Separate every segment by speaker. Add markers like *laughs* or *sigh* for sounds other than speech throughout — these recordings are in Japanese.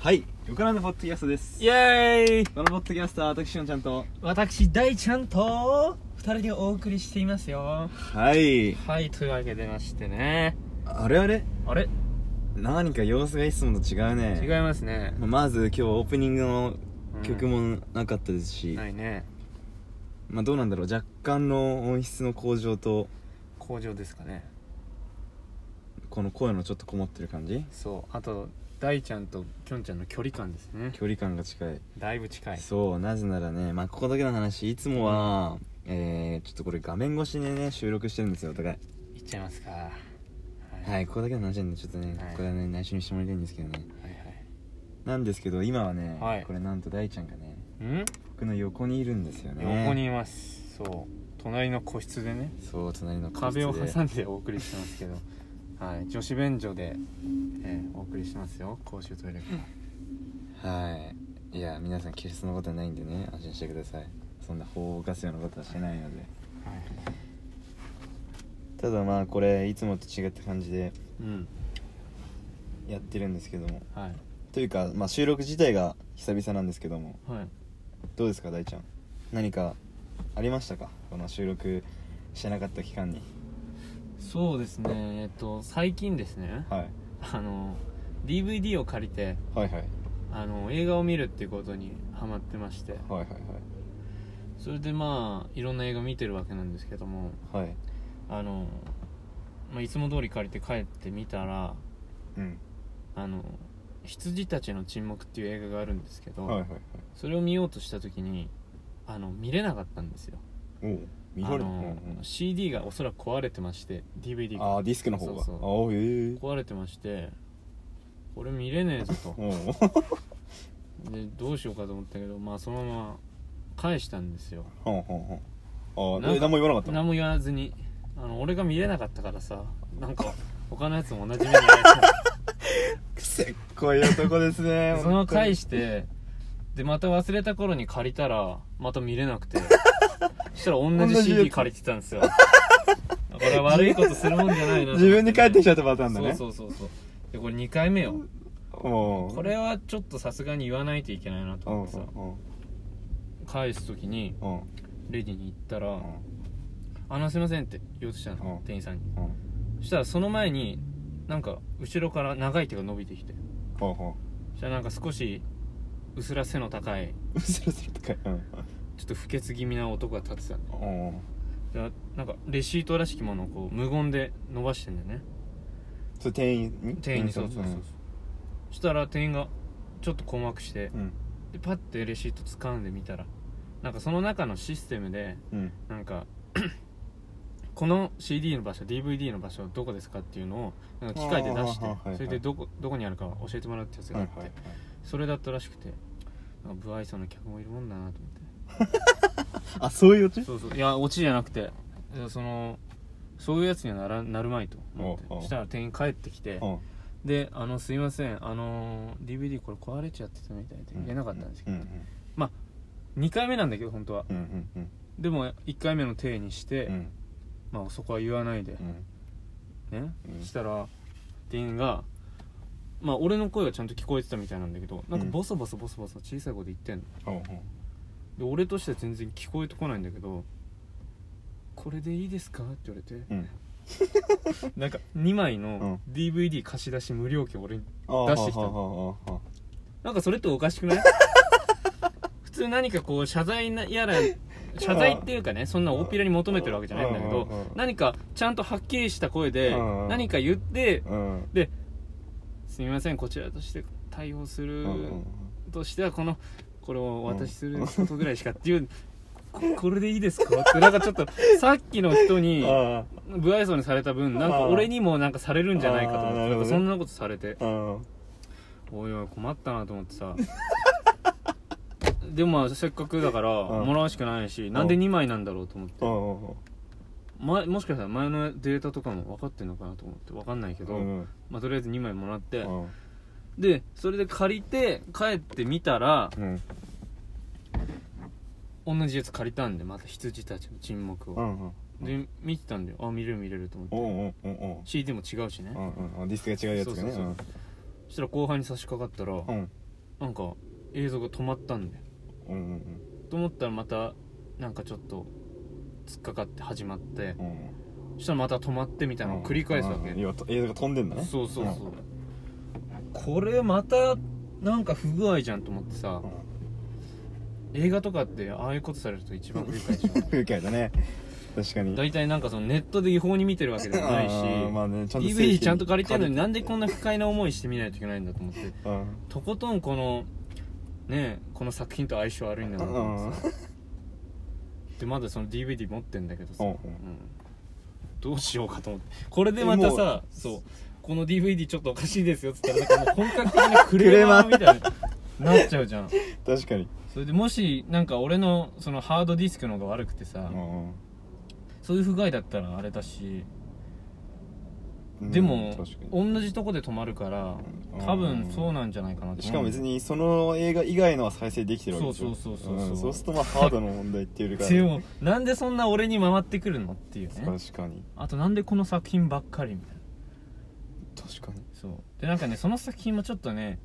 Speaker 1: はい、ウクライナポッドキャストです。
Speaker 2: イエーイ
Speaker 1: このポッドキャストは私のちゃんと。
Speaker 2: 私大ちゃんと二人でお送りしていますよ
Speaker 1: はい。
Speaker 2: はいというわけでましてね
Speaker 1: あれあれ
Speaker 2: あれ
Speaker 1: 何か様子がいつもと違うね。
Speaker 2: 違いますね
Speaker 1: まあまず今日オープニングの曲
Speaker 2: も
Speaker 1: もなかったですし、
Speaker 2: ないね
Speaker 1: まあどうなんだろう、若干の音質の向上と、
Speaker 2: 工場ですかね
Speaker 1: この声のちょっとこもってる感じ
Speaker 2: そうあと大ちゃんときょんちゃんの距離感ですね
Speaker 1: 距離感が近い。
Speaker 2: だいぶ近い
Speaker 1: そう、なぜならね、まあここだけの話、いつもは、えー、ちょっとこれ画面越しでね、収録してるんですよ、お互い。
Speaker 2: いっちゃいますかは
Speaker 1: はい、ここだけの話なんで、ちょっとね、
Speaker 2: はい
Speaker 1: これはね、内緒にしてもらいたいんですけどね。
Speaker 2: はい
Speaker 1: なんですけど、今はね、
Speaker 2: はい
Speaker 1: これなんと大ちゃんがね、
Speaker 2: はい
Speaker 1: 僕の横にいるんですよ
Speaker 2: ん
Speaker 1: ね
Speaker 2: 横にいますそう隣の個室でね
Speaker 1: そう隣の
Speaker 2: 壁を挟
Speaker 1: ん
Speaker 2: んでお送りしてますけどはい女子便所で、えーお送りしてますよ公衆トイレから
Speaker 1: はいいや皆さん決してそんなことはないんでね安心してくださいそんな法を犯すようなことはしてないので
Speaker 2: はい
Speaker 1: ただまあこれいつもと違った感じで
Speaker 2: うん
Speaker 1: やってるんですけども
Speaker 2: はい
Speaker 1: というか、まあ、収録自体が久々なんですけども
Speaker 2: はい
Speaker 1: どうですか大ちゃん何かありましたかこの収録してなかった期間に
Speaker 2: そうですねえっと最近ですね
Speaker 1: はい
Speaker 2: あの DVD を借りて
Speaker 1: はいはい
Speaker 2: あの映画を見るっていうことにハマってまして
Speaker 1: はいはい
Speaker 2: それでまあいろんな映画見てるわけなんですけども
Speaker 1: はいはい
Speaker 2: あの、まあ、いつも通り借りて帰ってみたら
Speaker 1: うん
Speaker 2: あの「羊たちの沈黙」っていう映画があるんですけど、
Speaker 1: はいはいはい
Speaker 2: それを見ようとした時にあの見れなかったんですよ
Speaker 1: おう見られ
Speaker 2: あ
Speaker 1: た
Speaker 2: の、
Speaker 1: うんうん
Speaker 2: CD がおそらく壊れてまして DVD が
Speaker 1: あーディスクの方が
Speaker 2: そうそう
Speaker 1: ああええ
Speaker 2: 壊れてましてこれ見れねえぞと
Speaker 1: うん
Speaker 2: でどうしようかと思ったけどまあそのまま返したんですよ
Speaker 1: ほんほんほんあ
Speaker 2: なん
Speaker 1: あ
Speaker 2: か
Speaker 1: 何も言わなかったの
Speaker 2: 何も言わずにあの俺が見れなかったからさなんか他のやつも同じ目に遭いそう
Speaker 1: *laughs* せっこい男ですね
Speaker 2: その返
Speaker 1: し
Speaker 2: してでまた忘れた頃に借りたらまた見れな
Speaker 1: *laughs*
Speaker 2: くてそしたら同
Speaker 1: 同じ
Speaker 2: じ
Speaker 1: やつ
Speaker 2: CD 借りてたんですよこれは悪いことするもんじゃないなと思って
Speaker 1: 自分に返ってきちゃったパターンだね
Speaker 2: そうそうそうそうでこれ2回目よ
Speaker 1: おう
Speaker 2: これはちょっとさすがに言わないといけないなと
Speaker 1: うんうん
Speaker 2: 思ってさ
Speaker 1: うん
Speaker 2: 返す時に
Speaker 1: うんうん
Speaker 2: レディに行ったら「あのすいません」って言おうとした
Speaker 1: う
Speaker 2: の
Speaker 1: ん
Speaker 2: 店員さんに
Speaker 1: うん
Speaker 2: そしたらその前になんか後ろから長い手が伸びてきて
Speaker 1: ほんほん
Speaker 2: そしたらなんか少し薄ら背の高い
Speaker 1: 後ろするとかうん
Speaker 2: ちょっと不潔気味な男が立ってたの
Speaker 1: うん
Speaker 2: でなんかレシートらしきものをこう無言で伸ばしてんだよね
Speaker 1: それ店員に
Speaker 2: 店員にそうそうそう
Speaker 1: う
Speaker 2: そうんそしたら店員がちょっと困惑して
Speaker 1: うん
Speaker 2: でパッてレシート掴んでみたらなんかその中のシステムで
Speaker 1: うん
Speaker 2: なんか *coughs* この CD の場所 DVD の場所どこですかっていうのをなんか機械で出して
Speaker 1: あーはいはい
Speaker 2: それでどこどこにあるか教えてもらうってやつが
Speaker 1: は
Speaker 2: あ
Speaker 1: い
Speaker 2: って、
Speaker 1: はいはい
Speaker 2: それだったらしくてなんか不愛想な客もいるもんだなと思っ
Speaker 1: あそういうオチ
Speaker 2: てそうそういやオチじゃなくていやそのそういうやつにはならなるまいと思って
Speaker 1: おうおう
Speaker 2: そしたら店員帰ってきて
Speaker 1: うん
Speaker 2: で「あのすいませんあの DVD これ壊れちゃってたみたいで言えなかったんですけど、
Speaker 1: うん
Speaker 2: 2回目なんだけど本当は
Speaker 1: うんうんうん
Speaker 2: でも1回目の体にして、
Speaker 1: うんうん
Speaker 2: まあそこは言わないで、
Speaker 1: うん
Speaker 2: ね、
Speaker 1: うん
Speaker 2: したら店員がまあ俺の声はちゃんと聞こえてたみたいなんだけどなんか
Speaker 1: うん
Speaker 2: ボソボソボソボソ小さい声で言ってんの
Speaker 1: ほんほん
Speaker 2: で俺としては全然聞こえてこないんだけど「これでいいですか?」って言われて
Speaker 1: うん
Speaker 2: なんか2枚の DVD 貸し出し無料券俺に
Speaker 1: あ
Speaker 2: 出してきた
Speaker 1: はははは
Speaker 2: なんかそれっておかしくない
Speaker 1: *laughs*
Speaker 2: 普通何かこう謝罪な
Speaker 1: *laughs*
Speaker 2: やら謝罪っていうかねそんな大っぴらに求めてるわけじゃないんだけ
Speaker 1: う
Speaker 2: ど
Speaker 1: んうんうん
Speaker 2: 何かちゃんとはっきりした声で
Speaker 1: うんうん
Speaker 2: 何か言って
Speaker 1: うん
Speaker 2: すみませんこちらとして対応す
Speaker 1: うん
Speaker 2: る
Speaker 1: うん
Speaker 2: としてはこのこれをお渡しすることぐらいしかっていうここれでいいですかってなんかちょっとさっきの人に
Speaker 1: *laughs* あー
Speaker 2: 不愛想にされた分なんか俺にもなんかされるんじゃないかと
Speaker 1: あーなる
Speaker 2: 思
Speaker 1: ほど
Speaker 2: って
Speaker 1: ね
Speaker 2: そんなことされて
Speaker 1: うん
Speaker 2: おいおい困ったなと思ってさでもまあせっかくだから
Speaker 1: うん
Speaker 2: もらうしかないしなんで2枚なんだろうと思って
Speaker 1: うんうん
Speaker 2: 前もしかしたら前のデータとかも分かってんのかなと思って分かんないけ
Speaker 1: う
Speaker 2: ど、
Speaker 1: んうん
Speaker 2: まあ、とりあえず2枚もらって
Speaker 1: うん
Speaker 2: でそれで借りて帰ってみたら
Speaker 1: うん
Speaker 2: 同じやつ借りたんでまた羊たちの沈黙
Speaker 1: う
Speaker 2: を、
Speaker 1: んうん
Speaker 2: で見てたんだよあ見れる見れると思って
Speaker 1: おうんうんうんうん
Speaker 2: CD も違うしね
Speaker 1: うんうんうんディスクが違うやつがね
Speaker 2: そうそうそうそしたら後半に差し掛かったら
Speaker 1: うん
Speaker 2: なんか映像が止まったんだよ
Speaker 1: うんうん
Speaker 2: と思ったらまたなんかちょっと突っかかって始まって
Speaker 1: うんうん
Speaker 2: そしたらまた止まってみたいなのを繰り返すわけ
Speaker 1: うん要は映像が飛んでんだね
Speaker 2: そうそうそう、これまたなんか不具合じゃんと思ってさ
Speaker 1: うん
Speaker 2: 映画とかってああいうことされると一番不愉快じゃん
Speaker 1: 不愉快だね確かに
Speaker 2: 大体なんかそのネットで違法に見てるわけでもない
Speaker 1: *laughs*
Speaker 2: し、
Speaker 1: あーまあねちゃんと
Speaker 2: DVD ちゃんと借りてるのに
Speaker 1: な
Speaker 2: なんでこんな不快な思いして見ないといけないんだと思って
Speaker 1: うん
Speaker 2: とことんこのねえこの作品と相性悪いんだなと思ってさでまだその DVD 持ってんだけどさ、
Speaker 1: うん
Speaker 2: う
Speaker 1: うん
Speaker 2: んどうしようかと思ってこれでまたさそうこの DVD ちょっとおかしいですよっつったらなんかもう本格的なクレーマーみたいになっちゃうじゃん
Speaker 1: 確かに
Speaker 2: それでもしなんか俺のそのハードディスクの方が悪くてさ、
Speaker 1: うん
Speaker 2: そういう不具合だったらあれだし、
Speaker 1: うん
Speaker 2: でも
Speaker 1: 確かに
Speaker 2: 同じとこで止まるから多分そうなんじゃないかなって
Speaker 1: しかも別
Speaker 2: に
Speaker 1: にその映画以外のは再生できてるわけでしょ
Speaker 2: そうそうそうそうそうん
Speaker 1: そうするとまあハードの問題っていうよりか
Speaker 2: でもなんでそんな俺に回ってくるのっていうね
Speaker 1: 確かに
Speaker 2: あとなんでこの作品ばっかりみたいな
Speaker 1: 確かに
Speaker 2: そうでなんかねその作品もちょっとね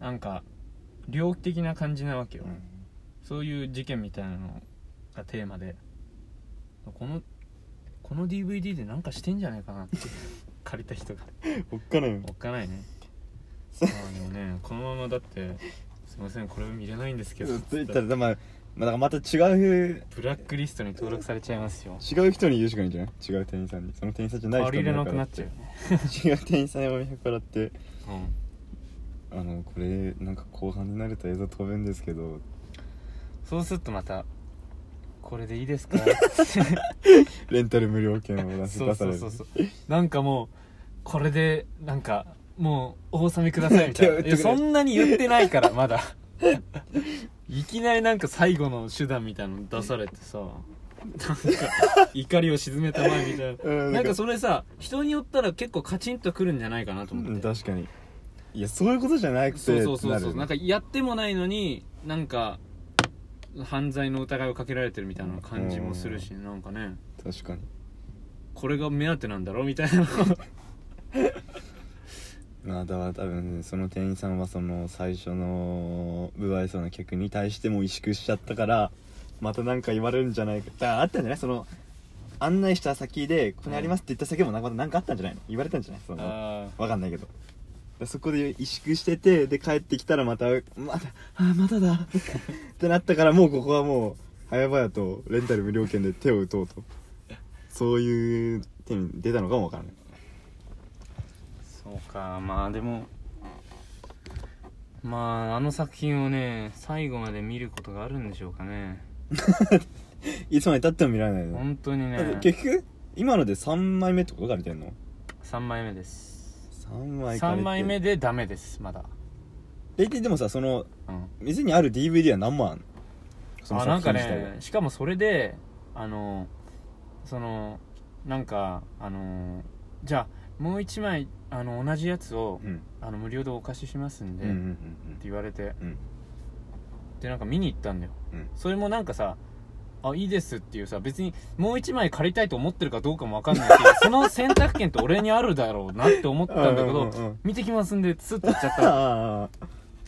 Speaker 2: なんか猟奇的な感じなわけよ、そういう事件みたいなのがテーマでこのこの DVD でなんかしてんじゃないかなって借り
Speaker 1: *laughs*
Speaker 2: た人が
Speaker 1: おっかないよ
Speaker 2: おっかないね
Speaker 1: そ
Speaker 2: まあでもねこのままだって「すいませんこれ見れないんですけ
Speaker 1: *laughs*
Speaker 2: ど」
Speaker 1: ついたらまあまあだからまた違う
Speaker 2: ブラックリストに登録されちゃいますよ
Speaker 1: 違う人に言うしかないんじゃない違う店員さんにその店員さんじゃない人
Speaker 2: 借りれなくなっ
Speaker 1: って
Speaker 2: ちゃう
Speaker 1: 違
Speaker 2: よね、
Speaker 1: う店員さんにお店からって
Speaker 2: うん
Speaker 1: あのこれなんか後半になると映像飛ぶんですけど
Speaker 2: そうするとまた「これでいいで
Speaker 1: *laughs*
Speaker 2: すか?
Speaker 1: レンタル無料券を」出せ
Speaker 2: そう
Speaker 1: 出さ
Speaker 2: そ
Speaker 1: れ
Speaker 2: う
Speaker 1: る
Speaker 2: そうそうなんかもうこれでなんかもうお納めくださいみたいな
Speaker 1: 手を打ってくれ
Speaker 2: いやそんなに言ってないからまだいきなりなんか最後の手段みたいなの出されてさなんか怒りを鎮めたまえみたいな
Speaker 1: うん
Speaker 2: なんか
Speaker 1: そ
Speaker 2: それさ人によったら結構カチンとくるんじゃないかなと思
Speaker 1: うん
Speaker 2: って
Speaker 1: 確かにいやそういうことじゃなくて
Speaker 2: そうそうそうそう
Speaker 1: ってな
Speaker 2: な
Speaker 1: んる
Speaker 2: か
Speaker 1: よね
Speaker 2: やってもないのになんか犯罪の疑いをかけられてるみたいな感じもするしなんかね
Speaker 1: 確かに
Speaker 2: これが目当てなんだろうみたいな
Speaker 1: まあだから多分その店員さんはその最初の不愛想な客に対しても萎縮しちゃったからまたなんか言われるんじゃないかだからあったんじゃないその案内した先でここにありますって言った先もなんかまたなんかあったんじゃないの言われたんじゃないその
Speaker 2: あ
Speaker 1: わかんないけどでそこで萎縮しててで帰ってきたらまたまだあーまだ *laughs* だってなったからもうここはもう早々とレンタル無料券で手を打とうとそういう手に出たのかもわからない
Speaker 2: そうかまあでもまああの作品をね最後まで見ることがあるんでしょうかね
Speaker 1: いつまでたっても見られないの、
Speaker 2: 本当に
Speaker 1: だって
Speaker 2: ね
Speaker 1: 結局今ので3枚目ってこと借りてんの
Speaker 2: 3枚目です
Speaker 1: 3枚借りて
Speaker 2: 3枚目でダメですまだ
Speaker 1: 大体でもさその
Speaker 2: うん
Speaker 1: 店にある DVD は何もあんのその
Speaker 2: あ
Speaker 1: 作
Speaker 2: なんか
Speaker 1: 品自体は
Speaker 2: ねしかもそれであのそのなんかあのじゃあもう一枚あの同じやつを、
Speaker 1: うん
Speaker 2: あの無料でお貸ししますんで、
Speaker 1: うんうん
Speaker 2: って言われてでなんか見に行ったんだよ
Speaker 1: うんうん
Speaker 2: それもなんかさあいいですっていうさ別にもう一枚借りたいと思ってるかどうかもわかんないし
Speaker 1: *laughs*
Speaker 2: その選択権って俺にあるだろうなって思ったんだけ
Speaker 1: う
Speaker 2: ど
Speaker 1: んうんうん
Speaker 2: 見てきますんでスッと行っちゃっ
Speaker 1: あ
Speaker 2: た
Speaker 1: あ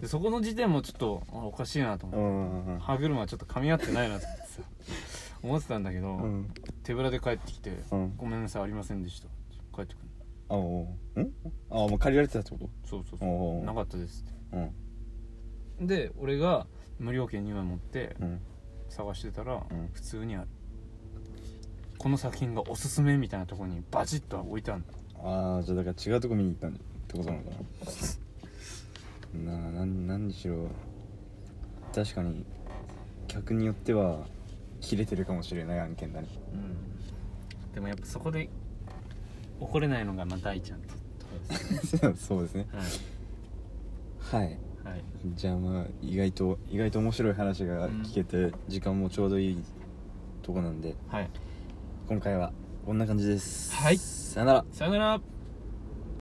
Speaker 2: でそこの時点もちょっとあおかしいなと
Speaker 1: ああ
Speaker 2: 思っ
Speaker 1: う
Speaker 2: て
Speaker 1: んうん
Speaker 2: 歯車はちょっと噛み合ってないなと思ってさ *laughs* 思ってたんだけど、
Speaker 1: うん
Speaker 2: 手ぶらで帰ってきて
Speaker 1: うん
Speaker 2: 「ごめんなさいありませんでした」帰ってくる
Speaker 1: あおうんあもう借りられてたってこ
Speaker 2: そうそ
Speaker 1: と
Speaker 2: うそ
Speaker 1: お
Speaker 2: うなかったですっ
Speaker 1: うん
Speaker 2: てで俺が無料券2枚持って
Speaker 1: うん
Speaker 2: 探してたら
Speaker 1: うん
Speaker 2: 普通にあるこの作品がおすすめみたいなところにバチッと置いてある
Speaker 1: ああじゃあだから違うとこ見に行ったんってことなのかななあなん何にしろ確かに客によっては切れてるかもしれない案件だね *laughs*
Speaker 2: でもやっぱそこで怒れないのがまあ大ちゃんってとこです
Speaker 1: そうですね
Speaker 2: は
Speaker 1: はい
Speaker 2: い、はい、
Speaker 1: じゃあまあ意外と意外と面白い話が聞けて、時間もちょうどいいとこなんで
Speaker 2: はい、
Speaker 1: 今回はこんな感じです
Speaker 2: はい
Speaker 1: さよなら
Speaker 2: さよなら